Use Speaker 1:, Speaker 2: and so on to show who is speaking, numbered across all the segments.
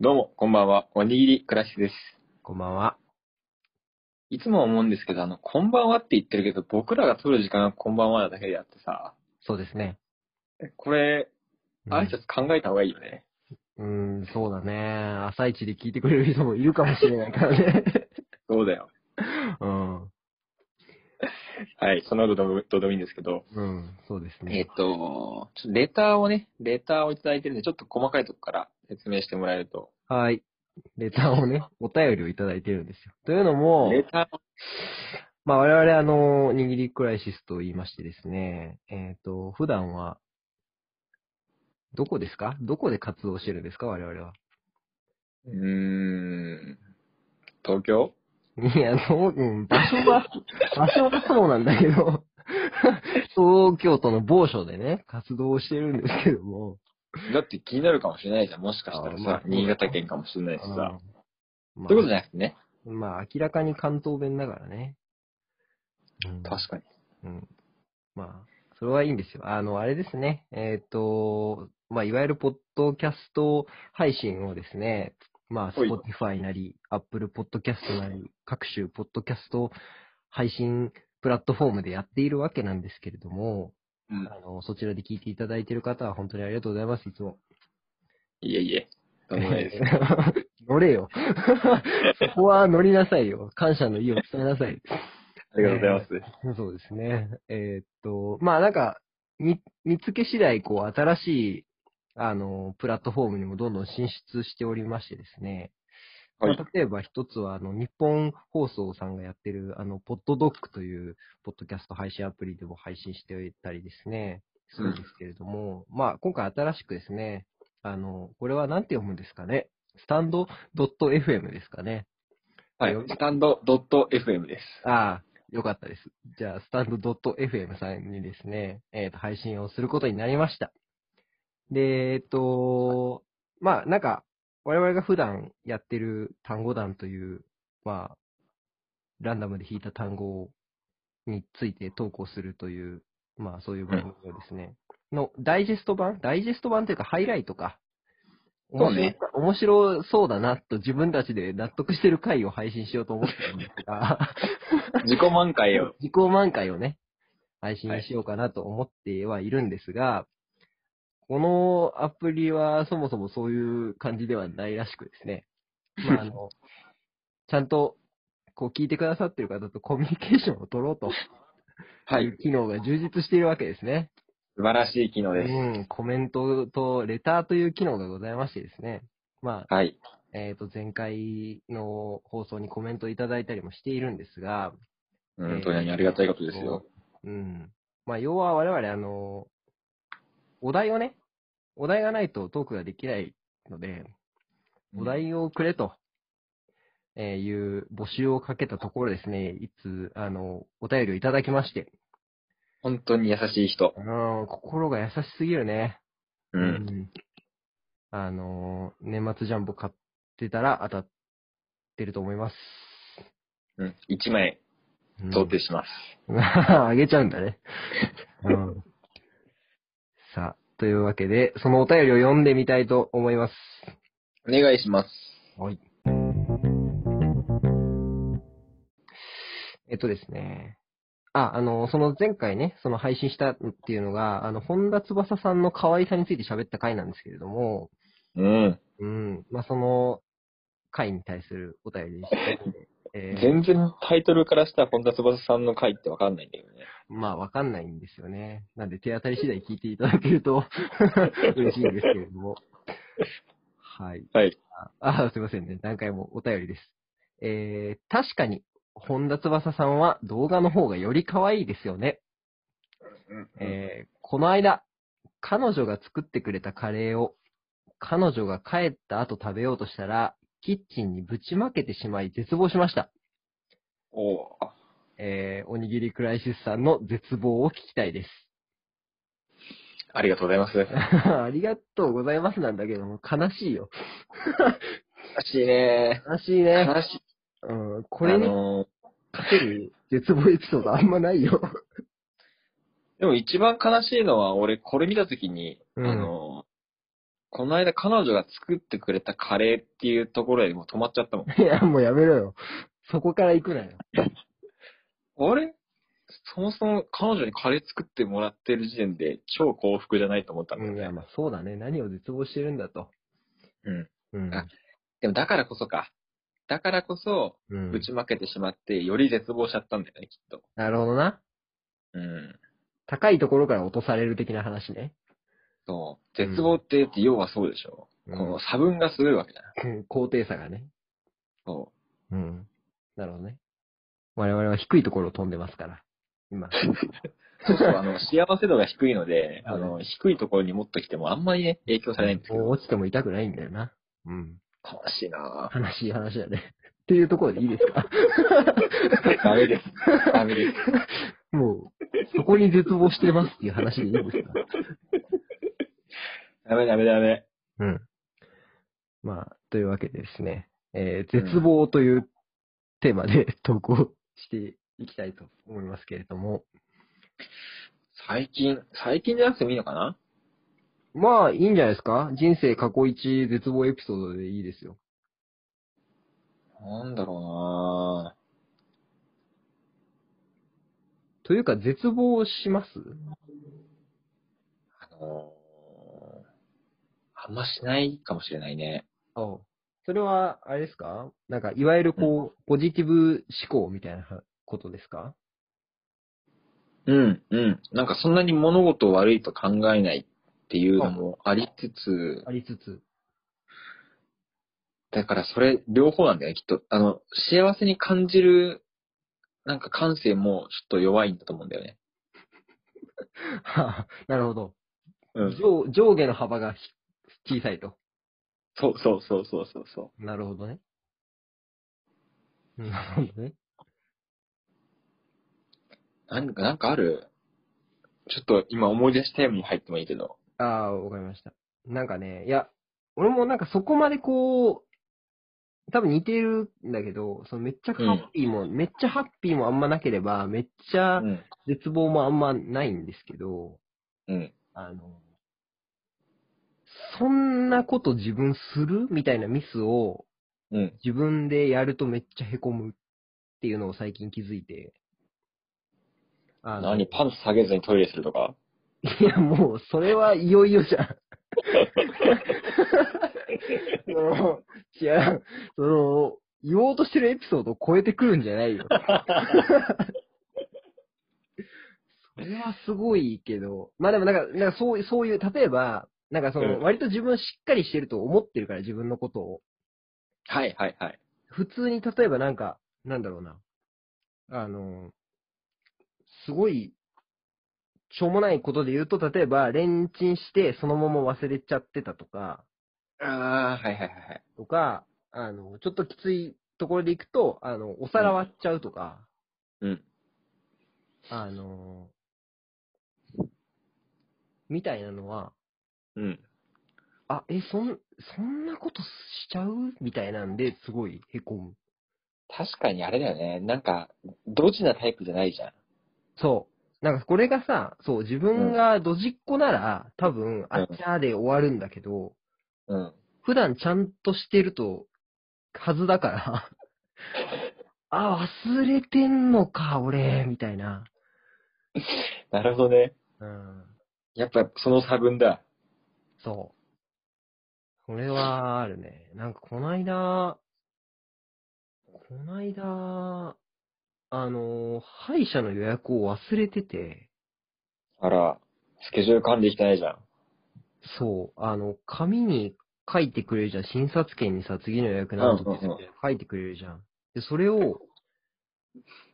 Speaker 1: どうも、こんばんは。おにぎりクラシです。
Speaker 2: こんばんは。
Speaker 1: いつも思うんですけど、あの、こんばんはって言ってるけど、僕らが撮る時間がこんばんはなだけであってさ、
Speaker 2: そうですね。
Speaker 1: これ、
Speaker 2: うん
Speaker 1: 挨拶考えた方がいいよね。
Speaker 2: うん、そうだね。朝一で聞いてくれる人もいるかもしれないからね。
Speaker 1: そうだよ。
Speaker 2: うん。
Speaker 1: はい、その後どうどうでもいいんですけど、
Speaker 2: うん、そうです
Speaker 1: えっ
Speaker 2: ね。
Speaker 1: と、ちょっとレターをね、レターをいただいてるんで、ちょっと細かいとこから説明してもらえると。
Speaker 2: はい。レターをね、お便りをいただいてるんですよ。というのも、
Speaker 1: レタ
Speaker 2: まあ我々あの、握りクライシスと言いましてですね、えっ、と、普段は、どこですかどこで活動してるんですか我々は。
Speaker 1: ー、うーん、東京
Speaker 2: いや、そう、うん、場所は、場所はそうなんだけど、 東京都の某所でね、活動をしてるんですけども、
Speaker 1: だって気になるかもしれないじゃん。もしかしたら
Speaker 2: あま
Speaker 1: さ
Speaker 2: あ、
Speaker 1: 新潟県かもしれないしさ。
Speaker 2: うん
Speaker 1: そういうことじゃなくてね。
Speaker 2: まあ、まあ、明らかに関東弁だからね。うん
Speaker 1: 確かに。
Speaker 2: うん。まあ、それはいいんですよ。あの、あれですね。えっ、と、まあ、いわゆるポッドキャスト配信をですね、まあ、
Speaker 1: はい
Speaker 2: Spotify なり、Apple Podcast なり、各種ポッドキャスト配信プラットフォームでやっているわけなんですけれども、
Speaker 1: うん。
Speaker 2: あの、そちらで聞いていただいている方は本当にありがとうございます、いつも。
Speaker 1: いえいえ。とんでもないです。
Speaker 2: 乗れよ。そこは乗りなさいよ。感謝の意を伝えなさい。
Speaker 1: ありがとうございます。
Speaker 2: そうですね。えーっと、まあなんか、み見つけ次第、こう、新しい、あの、プラットフォームにもどんどん進出しておりましてですね。
Speaker 1: はい
Speaker 2: まあ、例えば一つは、あの、日本放送さんがやってる、あの、ポッドドックという、ポッドキャスト配信アプリでも配信していたりですね、するんですけれども、まあ今回新しくですね、あの、これはなんて読むんですかね。スタンド .fm ですかね。
Speaker 1: はい。スタンド .fm です。
Speaker 2: ああ、よかったです。じゃあ、スタンド .fm さんにですね、えっ、と、配信をすることになりました。で、えっ、と、まあ、なんか、我々が普段やってる単語団という、まあ、ランダムで引いた単語について投稿するという、まあ、そういう番組をですね、の、ダイジェスト版ダイジェスト版というか、ハイライトか。
Speaker 1: そ
Speaker 2: 面
Speaker 1: う
Speaker 2: 白
Speaker 1: ね
Speaker 2: 面白そうだなと自分たちで納得してる回を配信しようと思ってたんですが、
Speaker 1: 自己満開 を。
Speaker 2: 自己満開をね、配信しようかなと思ってはいるんですが、このアプリはそもそもそういう感じではないらしくで すね。まあ、あの、ちゃんと、こう聞いてくださってる方とコミュニケーションを取ろうと
Speaker 1: はいい。
Speaker 2: う機能が充実しているわけですね。
Speaker 1: 素晴らしい機能です。
Speaker 2: うん、コメントとレターという機能がございましてですね。まあ、
Speaker 1: はい。
Speaker 2: えっ、と、前回の放送にコメントいただいたりもしているんですが、
Speaker 1: うん本当にありがたいことですよ。
Speaker 2: うん。まあ、要は我々、あの、お題をね、お題がないとトークができないので、お題をくれと、えーいう募集をかけたところですね、いつ、あの、お便りをいただきまして、
Speaker 1: 本当に優しい人。
Speaker 2: あの、心が優しすぎるね。
Speaker 1: う。
Speaker 2: うんあの、年末ジャンボ買ってたら当たってると思います。
Speaker 1: うん。一枚、
Speaker 2: うん
Speaker 1: 贈呈します。
Speaker 2: あげちゃうんだね。うん。 さあ、というわけで、そのお便りを読んでみたいと思います。
Speaker 1: お願いします。
Speaker 2: はい。えっとですね。あ、あの、その前回ね、その配信したっていうのが、あの、本田翼さんの可愛さについて喋った回なんですけれども、
Speaker 1: うん。
Speaker 2: うん、まあ、その回に対するお便りでした。えー
Speaker 1: 全然タイトルからしたら本田翼さんの回ってわかんないんだけどね。
Speaker 2: まあ、わかんないんですよね。なんで、手当たり次第聞いていただけると 嬉しいんですけれども。はい。
Speaker 1: はい。
Speaker 2: あ、すいませんね。何回もお便りです。えー、確かに、本田翼さんは動画の方がより可愛いですよね。えー、この間、彼女が作ってくれたカレーを、彼女が帰った後食べようとしたら、キッチンにぶちまけてしまい絶望しました。
Speaker 1: おー
Speaker 2: えー、おにぎりクライシスさんの絶望を聞きたいです。
Speaker 1: ありがとうございます。優
Speaker 2: ありがとうございますなんだけども、悲しいよ。
Speaker 1: しいね。
Speaker 2: 悲しい
Speaker 1: 悲
Speaker 2: ね。
Speaker 1: しい。
Speaker 2: うん、これ
Speaker 1: あ
Speaker 2: に
Speaker 1: のー
Speaker 2: かける絶望エピソードあんまない よ。
Speaker 1: でも一番悲しいのは、俺、これ見たときに、
Speaker 2: うん
Speaker 1: あの、この間彼女が作ってくれたカレーっていうところでもう止まっちゃ ったもん。
Speaker 2: いや、もうやめろよ。そこから行くなよ。
Speaker 1: あれそもそも彼女にカレー作ってもらってる時点で超幸福じゃないと思ったんだ
Speaker 2: う
Speaker 1: よ
Speaker 2: ん、いや、
Speaker 1: ね。
Speaker 2: まあそうだね。何を絶望してるんだと。
Speaker 1: うん。
Speaker 2: うん。
Speaker 1: あでもだからこそか。だからこそ、
Speaker 2: うん
Speaker 1: 打ち負けてしまって、より絶望しちゃったんだよね、きっと。
Speaker 2: なるほどな。
Speaker 1: うん。
Speaker 2: 高いところから落とされる的な話ね。
Speaker 1: そう。絶望って、だって要はそうでしょ。
Speaker 2: う
Speaker 1: こ
Speaker 2: ん
Speaker 1: の差分がすごいわけだ。
Speaker 2: うん高低差がね。
Speaker 1: そ
Speaker 2: うん。なるほどね。我々は低いところを飛んでますから。今。
Speaker 1: う。そうそう、あの、幸せ度が低いので、あ
Speaker 2: う
Speaker 1: の、低いところに持ってきてもあんまりね、影響されないんですけ
Speaker 2: もう
Speaker 1: ど。
Speaker 2: 落ちても痛くないんだよな。うん。
Speaker 1: 悲しいなぁ。
Speaker 2: 悲しい話だね。っていうところでいいですか
Speaker 1: ダメです。ダメです。
Speaker 2: もう、そこに絶望してますっていう話でいいですか
Speaker 1: ダメダメダメ。
Speaker 2: うん。まあ、というわけでですね、えー絶望というテーマで投稿していきたいと思いますけれども、
Speaker 1: 最近、最近じゃなくてもいいのかな
Speaker 2: まあ、いいんじゃないですか人生過去一絶望エピソードでいいですよ。
Speaker 1: なんだろうなぁ。
Speaker 2: というか、絶望します
Speaker 1: あのー、あんましないかもしれないね。
Speaker 2: あそれは、あれですかなんか、いわゆるこう、ポジティブ思考みたいなことですか
Speaker 1: うん、うん。なんかそんなに物事を悪いと考えないっていうのもありつつ、
Speaker 2: ありつつ。
Speaker 1: だからそれ両方なんだよね、きっと。あの、幸せに感じる、なんか感性もちょっと弱いんだと思うんだよね。
Speaker 2: はあなるほど。
Speaker 1: うん。
Speaker 2: 上上下の幅がひ小さいと。
Speaker 1: そうそうそうそうそうそう。
Speaker 2: なるほどね。 なるほどね。
Speaker 1: なんか、なんかあるちょっと今思い出したように入ってもいいけど。
Speaker 2: ああ、わかりました。なんかね、いや、俺もなんかそこまでこう、多分似てるんだけど、そのめっちゃハッピーも、めっちゃハッピーもあんまなければ、めっち
Speaker 1: う
Speaker 2: ゃ
Speaker 1: ん。
Speaker 2: 絶望もあんまないんですけど、
Speaker 1: うん。
Speaker 2: あの、そんなこと自分するみたいなミスを
Speaker 1: うん。
Speaker 2: 自分でやるとめっちゃ凹むっていうのを最近気づいて。あの
Speaker 1: 何パンツ下げずにトイレすると か
Speaker 2: いや、もう、それはいよいよじゃん。 その、違う、その、言おうとしてるエピソードを超えてくるんじゃないよ。それはすごいけど、まあでもなんか、なんかそうそういう、例えば、なんかその、
Speaker 1: うん
Speaker 2: 割と自分しっかりしてると思ってるから、自分のことを。
Speaker 1: はいはいはい。
Speaker 2: 普通に例えばなんか、なんだろうな。あの、すごい、しょうもないことで言うと、例えば、レンチンして、そのまま忘れちゃってたとか、
Speaker 1: ああー、はいはいはいはい。
Speaker 2: とか、あの、ちょっときついところで行くと、あの、お皿割っちゃうとか、
Speaker 1: うん。
Speaker 2: あの、みたいなのは、
Speaker 1: うん。
Speaker 2: あ、え、そん、そんなことしちゃうみたいなんで、すごい凹む。
Speaker 1: 確かにあれだよね。なんか、ドジなタイプじゃないじゃん。
Speaker 2: そう。なんかこれがさ、そう、自分がドジっ子なら、多分、あっちゃーで終わるんだけど、
Speaker 1: うん。
Speaker 2: 普段ちゃんとしてると、はずだ から、あ、忘れてんのか、俺、みたいな。
Speaker 1: なるほどね。
Speaker 2: うん。
Speaker 1: やっぱその差分だ。
Speaker 2: そう。これはあるね。なんかこないだ、こないだ、あの、歯医者の予約を忘れてて、
Speaker 1: あら、スケジュール管理できてないじゃん。
Speaker 2: そう、あの、紙に書いてくれるじゃん。診察券にさ、次の予約なんとかって
Speaker 1: うんうんうん
Speaker 2: 書いてくれるじゃん。で、それを、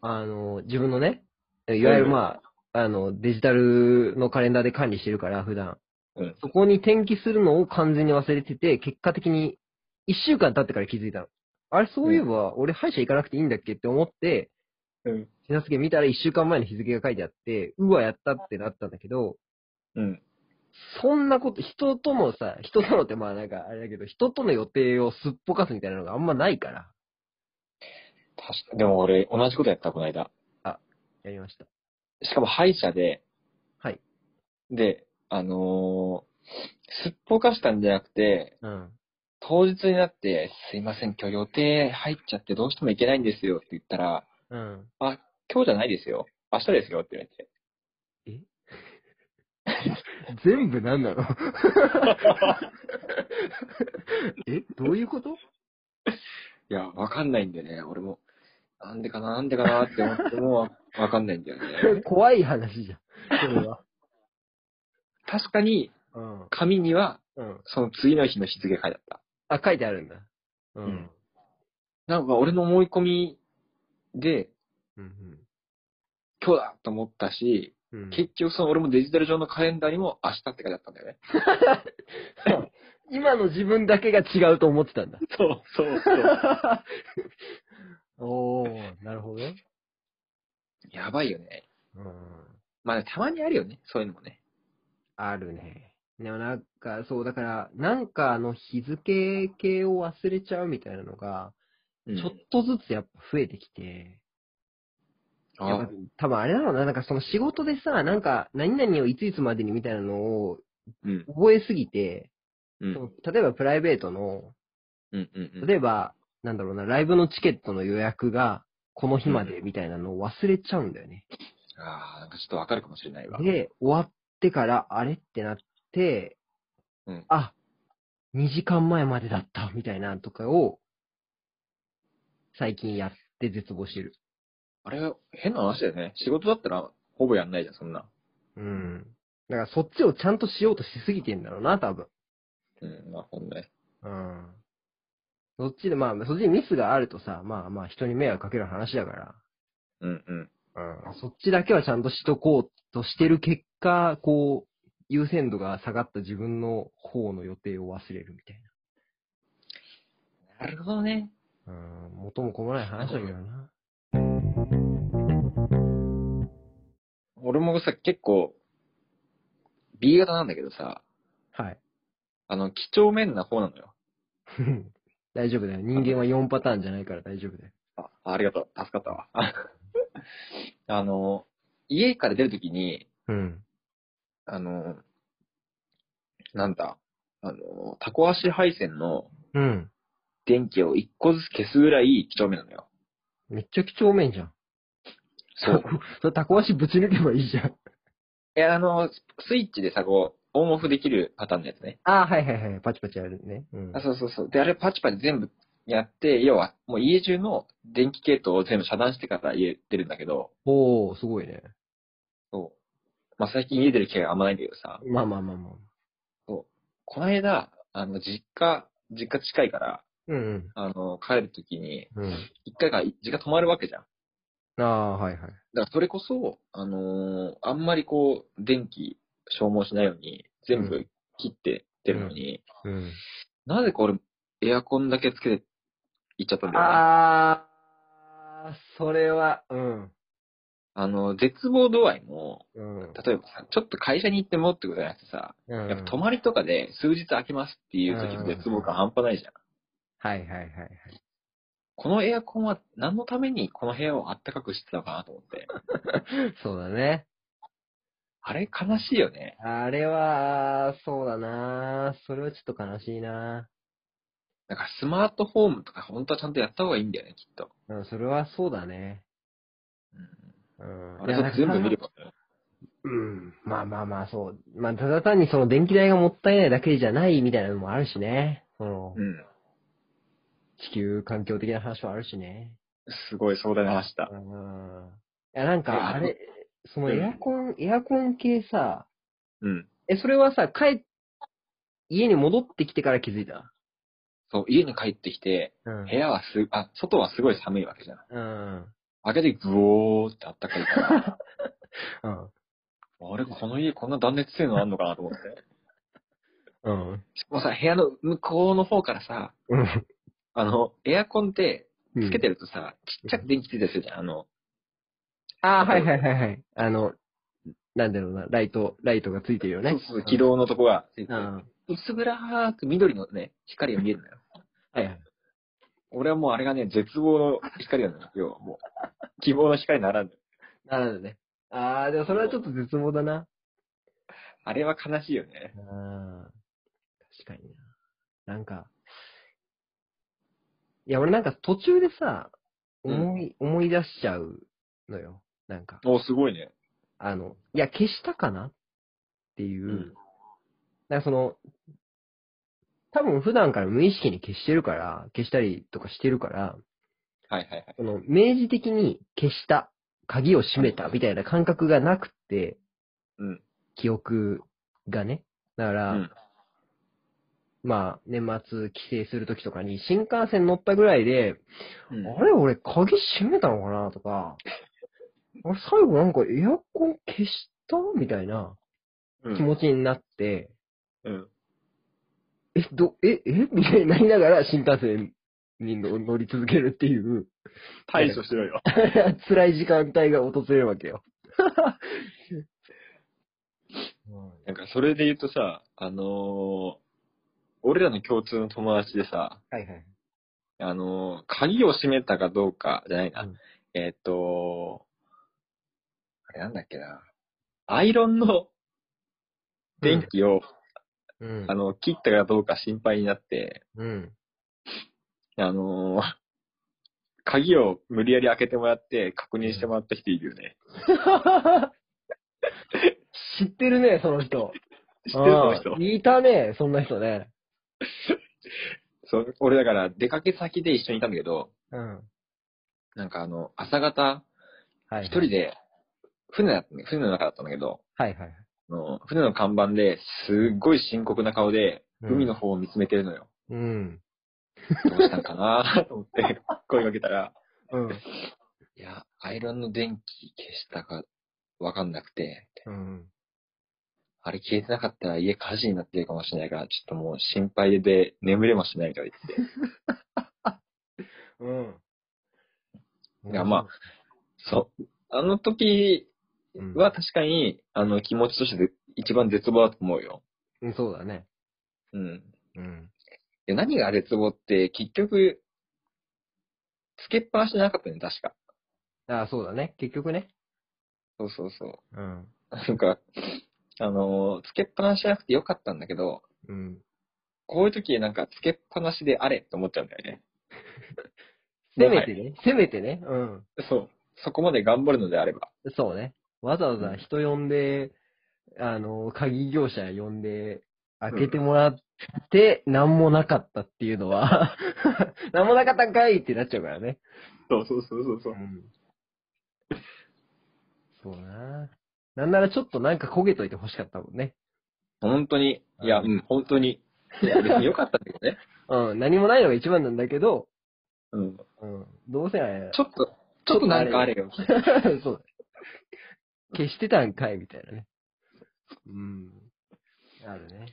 Speaker 2: あの、自分のね、いわゆるまあ、あの、デジタルのカレンダーで管理してるから、普段。
Speaker 1: うん
Speaker 2: そこに転記するのを完全に忘れてて、結果的に、一週間経ってから気づいたの。あれ、そういえば、俺歯医者行かなくていいんだっけって思って、
Speaker 1: うん。
Speaker 2: 診察券見たら一週間前の日付が書いてあって、うわ、やったってなったんだけど、
Speaker 1: うん。
Speaker 2: そんなこと、人とのさ、人とのってまあなんかあれだけど、人との予定をすっぽかすみたいなのがあんまないから、
Speaker 1: 確かでも俺、同じことやった、この間。
Speaker 2: やりました。
Speaker 1: しかも歯医者で。
Speaker 2: はい。
Speaker 1: で、あのーすっぽかしたんじゃなくて、
Speaker 2: うん。
Speaker 1: 当日になって、すいません、今日予定入っちゃってどうしても行けないんですよって言ったら、
Speaker 2: うん。
Speaker 1: あ、今日じゃないですよ。明日ですよって言われて。
Speaker 2: 全部なんなの えどういうこと
Speaker 1: いや、わかんないんでね、俺も。なんでかな、なんでかなって思っても、わかんないんだよね。
Speaker 2: 怖い話じゃん。それは。
Speaker 1: 確かに、
Speaker 2: うん。
Speaker 1: 紙には、
Speaker 2: うん。
Speaker 1: その次の日の日付が書いてあっ
Speaker 2: あ、書いてあるんだ。う
Speaker 1: た。
Speaker 2: ん。。
Speaker 1: なんか俺の思い込みで、
Speaker 2: うん。
Speaker 1: 今日だと思ったし、
Speaker 2: うん、
Speaker 1: 結局その俺もデジタル上のカレンダーにも明日って書いてあったんだよね。
Speaker 2: 今の自分だけが違うと思ってたんだ。
Speaker 1: そうそうそう。
Speaker 2: おー、なるほどね。
Speaker 1: やばいよね。
Speaker 2: うん。
Speaker 1: まあたまにあるよね、そういうのもね。
Speaker 2: あるね。でもなんか、そう、だから、なんかあの日付系を忘れちゃうみたいなのが、
Speaker 1: うん
Speaker 2: ちょっとずつやっぱ増えてきて、やっ
Speaker 1: あ
Speaker 2: ぱ多分あれだろうな、なんかその仕事でさ、なんか何々をいついつまでにみたいなのを
Speaker 1: うん。
Speaker 2: 覚えすぎて、
Speaker 1: うん。
Speaker 2: そうの例えばプライベートの、
Speaker 1: んうん。
Speaker 2: 例えば、なんだろうな、ライブのチケットの予約がこの日までみたいなのを忘れちゃうんだよね。
Speaker 1: ああ、なんかちょっとわかるかもしれないわ。
Speaker 2: で、終わってから、あれってなって、
Speaker 1: うん
Speaker 2: あ、2時間前までだった、みたいなとかを、最近やって絶望してる。
Speaker 1: あれ、変な話だよね。仕事だったら、ほぼやんないじゃん、そんな。
Speaker 2: うん。だからそっちをちゃんとしようとしすぎてんだろうな、多分。
Speaker 1: うん、まあ、ほんね。
Speaker 2: うん。そっちで、まあ、そっちにミスがあるとさ、まあまあ、人に迷惑かける話だから。
Speaker 1: うんうん。
Speaker 2: うんそっちだけはちゃんとしとこうとしてる結果、こう、優先度が下がった自分の方の予定を忘れるみたい
Speaker 1: なるほどね。
Speaker 2: な。うん、元も子もない話だけどな。
Speaker 1: 俺もさ、結構、B 型なんだけどさ、
Speaker 2: はい。
Speaker 1: あの、几帳面な方なのよ。
Speaker 2: 大丈夫だよ。人間は4パターンじゃないから大丈夫だよ。
Speaker 1: あ、ありがとう。助かったわ。 あの、家から出るときに、
Speaker 2: うん。
Speaker 1: あの、なんだ、あの、タコ足配線の
Speaker 2: うん。
Speaker 1: 電気を一個ずつ消すぐらい几帳面なのよ。
Speaker 2: めっちゃ几帳面じゃん。
Speaker 1: そう。
Speaker 2: それタコ足ぶち抜けばいいじゃん。
Speaker 1: え、あの、ススイッチでさ、こう、オンオフできるパターンのやつね。
Speaker 2: ああ、はいはいはい。パチパチやるね。うん
Speaker 1: あ、。そうそうそう。で、あれパチパチ全部やって、要は、もう家中の電気系統を全部遮断してから家出るんだけど、
Speaker 2: おー、すごいね。
Speaker 1: そう。まあ、最近家出る機会があんまないんだけどさ、
Speaker 2: まあまあまあまあ。
Speaker 1: この間、あの、実家、実家近いから、
Speaker 2: うん
Speaker 1: あの、帰るときに、
Speaker 2: うん。うん。
Speaker 1: 一回が、実家泊まるわけじゃん。
Speaker 2: ああ、はいはい。
Speaker 1: だからそれこそ、あのーあんまりこう、電気消耗しないように、全
Speaker 2: う
Speaker 1: 部切って出るのに、
Speaker 2: うん。
Speaker 1: なぜか俺、エアコンだけつけて行っちゃったんだよね。
Speaker 2: あー、それは、うん。
Speaker 1: あの、絶望度合いも、
Speaker 2: うん。
Speaker 1: 例えばさ、ちょっと会社に行ってもってことじゃなくてさ、
Speaker 2: や
Speaker 1: やっぱ泊まりとかで数日空きますっていう時の絶望感半端ないじゃん。
Speaker 2: はいはいはいはい。
Speaker 1: このエアコンは何のためにこの部屋を暖かくしてたのかなと思って。
Speaker 2: そうだね。
Speaker 1: あれ悲しいよね。
Speaker 2: あれは、そうだなそれはちょっと悲しいな
Speaker 1: なんかスマートホームとか本当はちゃんとやった方がいいんだよね、きっと。
Speaker 2: うん、それはそうだね。
Speaker 1: うん
Speaker 2: うん。
Speaker 1: あれさ全部見れば。
Speaker 2: うん。まあまあまあ、そう。まあ、ただ単にその電気代がもったいないだけじゃないみたいなのもあるしね。その、
Speaker 1: うん。
Speaker 2: 地球環境的な話はあるしね。
Speaker 1: すごい壮大な話だ。
Speaker 2: うん。いや、なんか、あ
Speaker 1: いや
Speaker 2: れ、そのエアコン、エアコン系さ、
Speaker 1: うん。
Speaker 2: え、それはさ、帰っ、家に戻ってきてから気づいた
Speaker 1: そう、家に帰ってきて、
Speaker 2: うん
Speaker 1: 部屋はす、あ、外はすごい寒いわけじゃん。
Speaker 2: うん。
Speaker 1: 開けてブオーって暖かいから。
Speaker 2: うん。
Speaker 1: あれ、この家こんな断熱性能あんのかなと思って。
Speaker 2: うん。
Speaker 1: しかもさ、部屋の向こうの方からさ、あの、エアコンって、つけてるとさ、ちっちゃく電気ついたりするじゃん。あの、
Speaker 2: ああ、はいはいはいはい。あの、なんだろうな、ライト、ライトがついてるよね。
Speaker 1: そうそう軌道のとこがついて
Speaker 2: う
Speaker 1: て
Speaker 2: ん。うん。
Speaker 1: 薄暗く緑のね、光が見えるのよ。
Speaker 2: はいはい。
Speaker 1: 俺はもうあれがね、絶望の光なのよ。要はもう、希望の光ならんのよ。
Speaker 2: なるほどね。ああ、でもそれはちょっと絶望だな。
Speaker 1: あれは悲しいよね。
Speaker 2: あー確かにな。なんか、いや、俺なんか途中でさ、思い、思い出しちゃうのよ。なんか、
Speaker 1: おすごいね。
Speaker 2: あの、いや、消したかなっていうう、。なんかその、多分普段から無意識に消してるから、消したりとかしてるから、
Speaker 1: はいはいはい。
Speaker 2: その、明示的に消した、鍵を閉めたみたいな感覚がなくて、
Speaker 1: うん。
Speaker 2: 記憶がね。だか
Speaker 1: う
Speaker 2: ら、
Speaker 1: ん。
Speaker 2: まあ、年末帰省するときとかに、新幹線乗ったぐらいで、あれ俺鍵閉めたのかなとか、 あれ最後なんかエアコン消したみたいな
Speaker 1: うん
Speaker 2: 気持ちになって、
Speaker 1: うん。
Speaker 2: え、ど、え、え みたいになりながら新幹線に乗乗り続けるっていう、
Speaker 1: 対処しろよ。
Speaker 2: 辛い時間帯が訪れるわけよ。
Speaker 1: なんか、それで言うとさ、あのー俺らの共通の友達でさ、
Speaker 2: はいはい。
Speaker 1: あのー鍵を閉めたかどうかじゃないな。
Speaker 2: うん
Speaker 1: えーっと、あれなんだっけな。アイロンの電気を、
Speaker 2: うん
Speaker 1: あ。の、切ったかどうか心配になって、
Speaker 2: うん。
Speaker 1: あのー鍵を無理やり開けてもらって、確認してもらった人いるよね。
Speaker 2: 知ってるね、その人。
Speaker 1: 知ってるその人
Speaker 2: あ。ーいたね、そんな人ね。
Speaker 1: そう、俺だから出かけ先で一緒にいたんだけど、
Speaker 2: うん。は
Speaker 1: なんかあの、朝方、
Speaker 2: いはい。
Speaker 1: 一人で、船だったね、船の中だったんだけど、
Speaker 2: はいはい。
Speaker 1: あの船の看板で、すっごい深刻な顔で、
Speaker 2: うん
Speaker 1: 海の方を見つめてるのよ。
Speaker 2: うん。
Speaker 1: どうしたんか なと思って、声かけたら、
Speaker 2: うん。
Speaker 1: いや、アイロンの電気消したか、わかんなくて、
Speaker 2: うん。
Speaker 1: あれ消えてなかったら家火事になってるかもしれないから、ちょっともう心配で眠れもしないとか言ってて。
Speaker 2: うん。
Speaker 1: いやまそう。あの時
Speaker 2: うん、
Speaker 1: は確かに、あの気持ちとして一番絶望だと思うよ。
Speaker 2: うん、そうだね。
Speaker 1: うん。
Speaker 2: うん。
Speaker 1: で何が絶望って、結局、つけっぱなしじゃなかったね、確か。
Speaker 2: ああ、そうだね。結局ね。
Speaker 1: そうそうそ
Speaker 2: うん。
Speaker 1: う。 なんか、あのーつけっぱなしじゃなくてよかったんだけど、
Speaker 2: うん。
Speaker 1: こういう時なんかつけっぱなしであれって思っちゃうんだよね。
Speaker 2: せめてね。せめてね。うん。
Speaker 1: そう。そこまで頑張るのであれば。
Speaker 2: そうね。わざわざ人呼んで、あの、鍵業者呼んで、開けてもらって、なんもなかったっていうの は、なんもなかったんかいってなっちゃうからね。
Speaker 1: そうそうそうそうそうう。
Speaker 2: ん。そうななんならちょっとなんか焦げといてほしかったもんね。
Speaker 1: 本当に。いや、うん、本当に。いや、別によかったんだけどね。
Speaker 2: うん、何もないのが一番なんだけど、
Speaker 1: うん。
Speaker 2: うん、どうせなんや
Speaker 1: ちょっと、ちょっとなんかあれよ。
Speaker 2: そう。消してたんかいみたいなね。うん。あるね。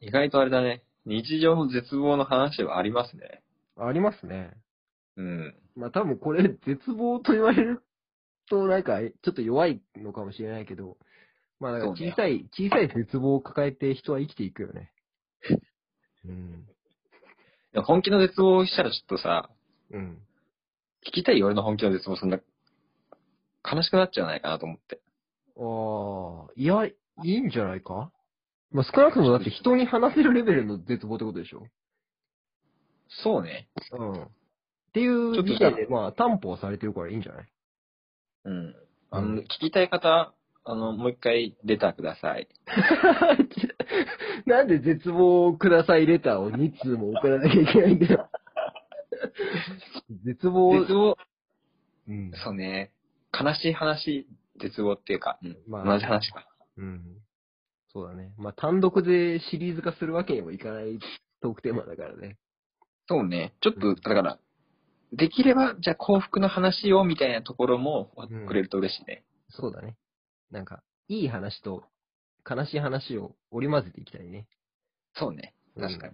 Speaker 1: 意外とあれだね。日常の絶望の話ではありますね。
Speaker 2: ありますね。
Speaker 1: うん。
Speaker 2: まあ多分これ、絶望と言われると、なんか、ちょっと弱いのかもしれないけど、まあなんか
Speaker 1: そうね
Speaker 2: 小さい、小さい絶望を抱えて人は生きていくよね。うん。
Speaker 1: でも本気の絶望したらちょっとさ、
Speaker 2: うん。
Speaker 1: 聞きたいよ俺の本気の絶望そんな、悲しくなっちゃわないかなと思って。
Speaker 2: ああ、いや、いいんじゃないかまあ少なくともだって人に話せるレベルの絶望ってことでしょ
Speaker 1: そうね。
Speaker 2: うん。っていう
Speaker 1: ちょっと
Speaker 2: 時
Speaker 1: じゃあ
Speaker 2: 点で、まあ、担保はされてるからいいんじゃない
Speaker 1: うん。あの、
Speaker 2: うん
Speaker 1: 聞きたい方、あの、もう一回レターください。
Speaker 2: なんで絶望をくださいレターを2通も送らなきゃいけないんだ よ。絶望
Speaker 1: 絶望、
Speaker 2: うん
Speaker 1: そうね。悲しい話、絶望っていうか、うん。
Speaker 2: まあ
Speaker 1: 同じ話か。
Speaker 2: うん。そうだね。まあ、単独でシリーズ化するわけにもいかないトークテーマだからね。
Speaker 1: そうね。ちょっと、だから、できれば、じゃあ幸福の話を、みたいなところも
Speaker 2: うん
Speaker 1: くれると嬉しいね。
Speaker 2: そうだね。なんか、いい話と悲しい話を織り交ぜていきたいね。
Speaker 1: そうね。確か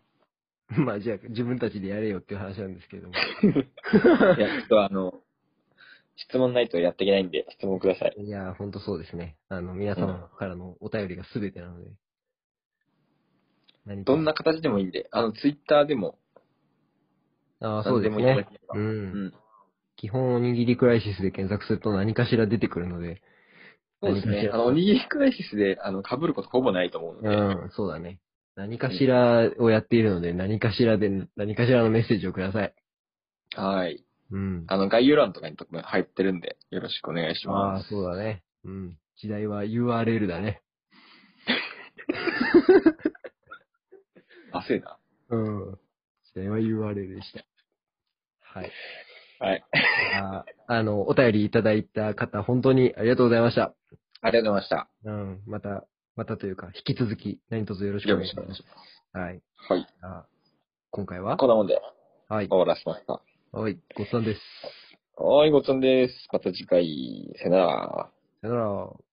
Speaker 1: に。
Speaker 2: まあ、じゃあ自分たちでやれよっていう話なんですけれども。
Speaker 1: いや、ちょっとあの、質問ないとやっていけないんで、質問ください。
Speaker 2: いやー、ほんとそうですね。あの、皆様からのお便りが全てなので。何か
Speaker 1: どんな形でもいいんで、あの、ツイッターでも、
Speaker 2: ああ、そ
Speaker 1: 何
Speaker 2: う
Speaker 1: で
Speaker 2: で
Speaker 1: も
Speaker 2: す
Speaker 1: いただ
Speaker 2: ね。
Speaker 1: ければ。
Speaker 2: う。
Speaker 1: うんん。
Speaker 2: 基本おにぎりクライシスで検索すると何かしら出てくるので、
Speaker 1: そうです
Speaker 2: 何かし
Speaker 1: ね。
Speaker 2: ら
Speaker 1: あの、おにぎりクライシスで、あの、被ることほぼないと思うの
Speaker 2: う
Speaker 1: で、
Speaker 2: ん、そうだね。何かしらをやっているので、何かしらで、何かしらのメッセージをください。
Speaker 1: はい。
Speaker 2: うん。
Speaker 1: あの、概要欄とかに多分入ってるんで、よろしくお願いし
Speaker 2: あ
Speaker 1: ま
Speaker 2: あ
Speaker 1: す。、
Speaker 2: そうだね。うん。時代は URL だね。
Speaker 1: 焦るな。
Speaker 2: うん。時代は URL でした。はい。
Speaker 1: はい。
Speaker 2: あーあの、お便りいただいた方、本当にありがとうございました。
Speaker 1: ありがとうございました。
Speaker 2: うん。また、またというか、引き続き、何卒よろしくお
Speaker 1: よろ
Speaker 2: 願い
Speaker 1: し
Speaker 2: し
Speaker 1: くお願
Speaker 2: ま
Speaker 1: いし
Speaker 2: す。はい。
Speaker 1: ます。はい。
Speaker 2: あ今回は
Speaker 1: こんなもんで
Speaker 2: はい
Speaker 1: 終。わらせました。
Speaker 2: はい。ごちそうさんです。
Speaker 1: はい、ごちそうさんです。また次回、さよなら。
Speaker 2: さよなら。